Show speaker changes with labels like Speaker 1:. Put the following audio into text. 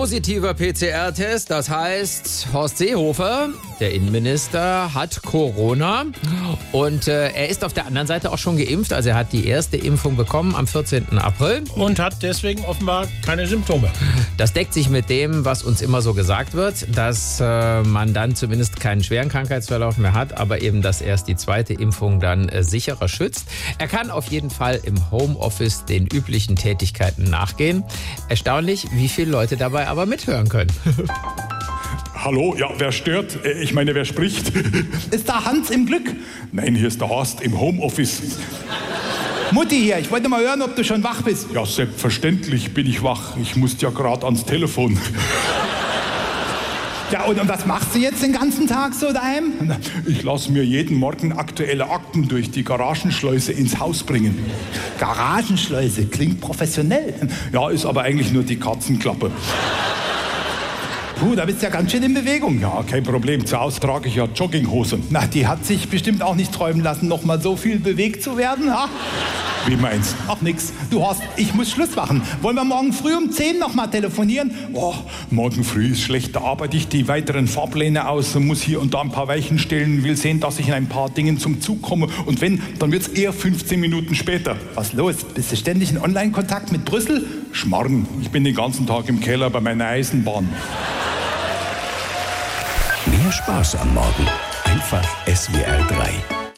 Speaker 1: Positiver PCR-Test, das heißt, Horst Seehofer, der Innenminister, hat Corona und äh, er ist auf der anderen Seite auch schon geimpft. Also er hat die erste Impfung bekommen am 14. April.
Speaker 2: und hat deswegen offenbar keine Symptome.
Speaker 1: Das deckt sich mit dem, was uns immer so gesagt wird, dass äh, man dann zumindest keinen schweren Krankheitsverlauf mehr hat, aber eben, dass erst die zweite Impfung dann äh, sicherer schützt. Er kann auf jeden Fall im Homeoffice den üblichen Tätigkeiten nachgehen. Erstaunlich, wie viele Leute dabei aber mithören können.
Speaker 3: Hallo, ja, wer stört? Äh, Ich meine, wer spricht?
Speaker 4: Ist da Hans im Glück?
Speaker 3: Nein, hier ist der Horst im Homeoffice.
Speaker 4: Mutti hier, ich wollte mal hören, ob du schon wach bist.
Speaker 3: Ja, selbstverständlich bin ich wach. Ich musste ja gerade ans Telefon.
Speaker 4: Ja, und, und was machst du jetzt den ganzen Tag so daheim?
Speaker 3: Ich lasse mir jeden Morgen aktuelle Akten durch die Garagenschleuse ins Haus bringen.
Speaker 4: Garagenschleuse, klingt professionell.
Speaker 3: Ja, ist aber eigentlich nur die Katzenklappe.
Speaker 4: Puh, da bist du ja ganz schön in Bewegung.
Speaker 3: Ja, kein Problem. Zu Hause trage ich ja Jogginghosen.
Speaker 4: Na, die hat sich bestimmt auch nicht träumen lassen, noch mal so viel bewegt zu werden. Ha?
Speaker 3: Wie meinst
Speaker 4: Ach nix. Du Horst, ich muss Schluss machen. Wollen wir morgen früh um 10 noch mal telefonieren?
Speaker 3: Oh, morgen früh ist schlecht, da arbeite ich die weiteren Fahrpläne aus, muss hier und da ein paar Weichen stellen, will sehen, dass ich in ein paar Dingen zum Zug komme. Und wenn, dann wird's eher 15 Minuten später.
Speaker 4: Was los? Bist du ständig in Online-Kontakt mit Brüssel?
Speaker 3: Schmarrn, ich bin den ganzen Tag im Keller bei meiner Eisenbahn.
Speaker 5: Mehr Spaß am Morgen. Einfach SWR 3.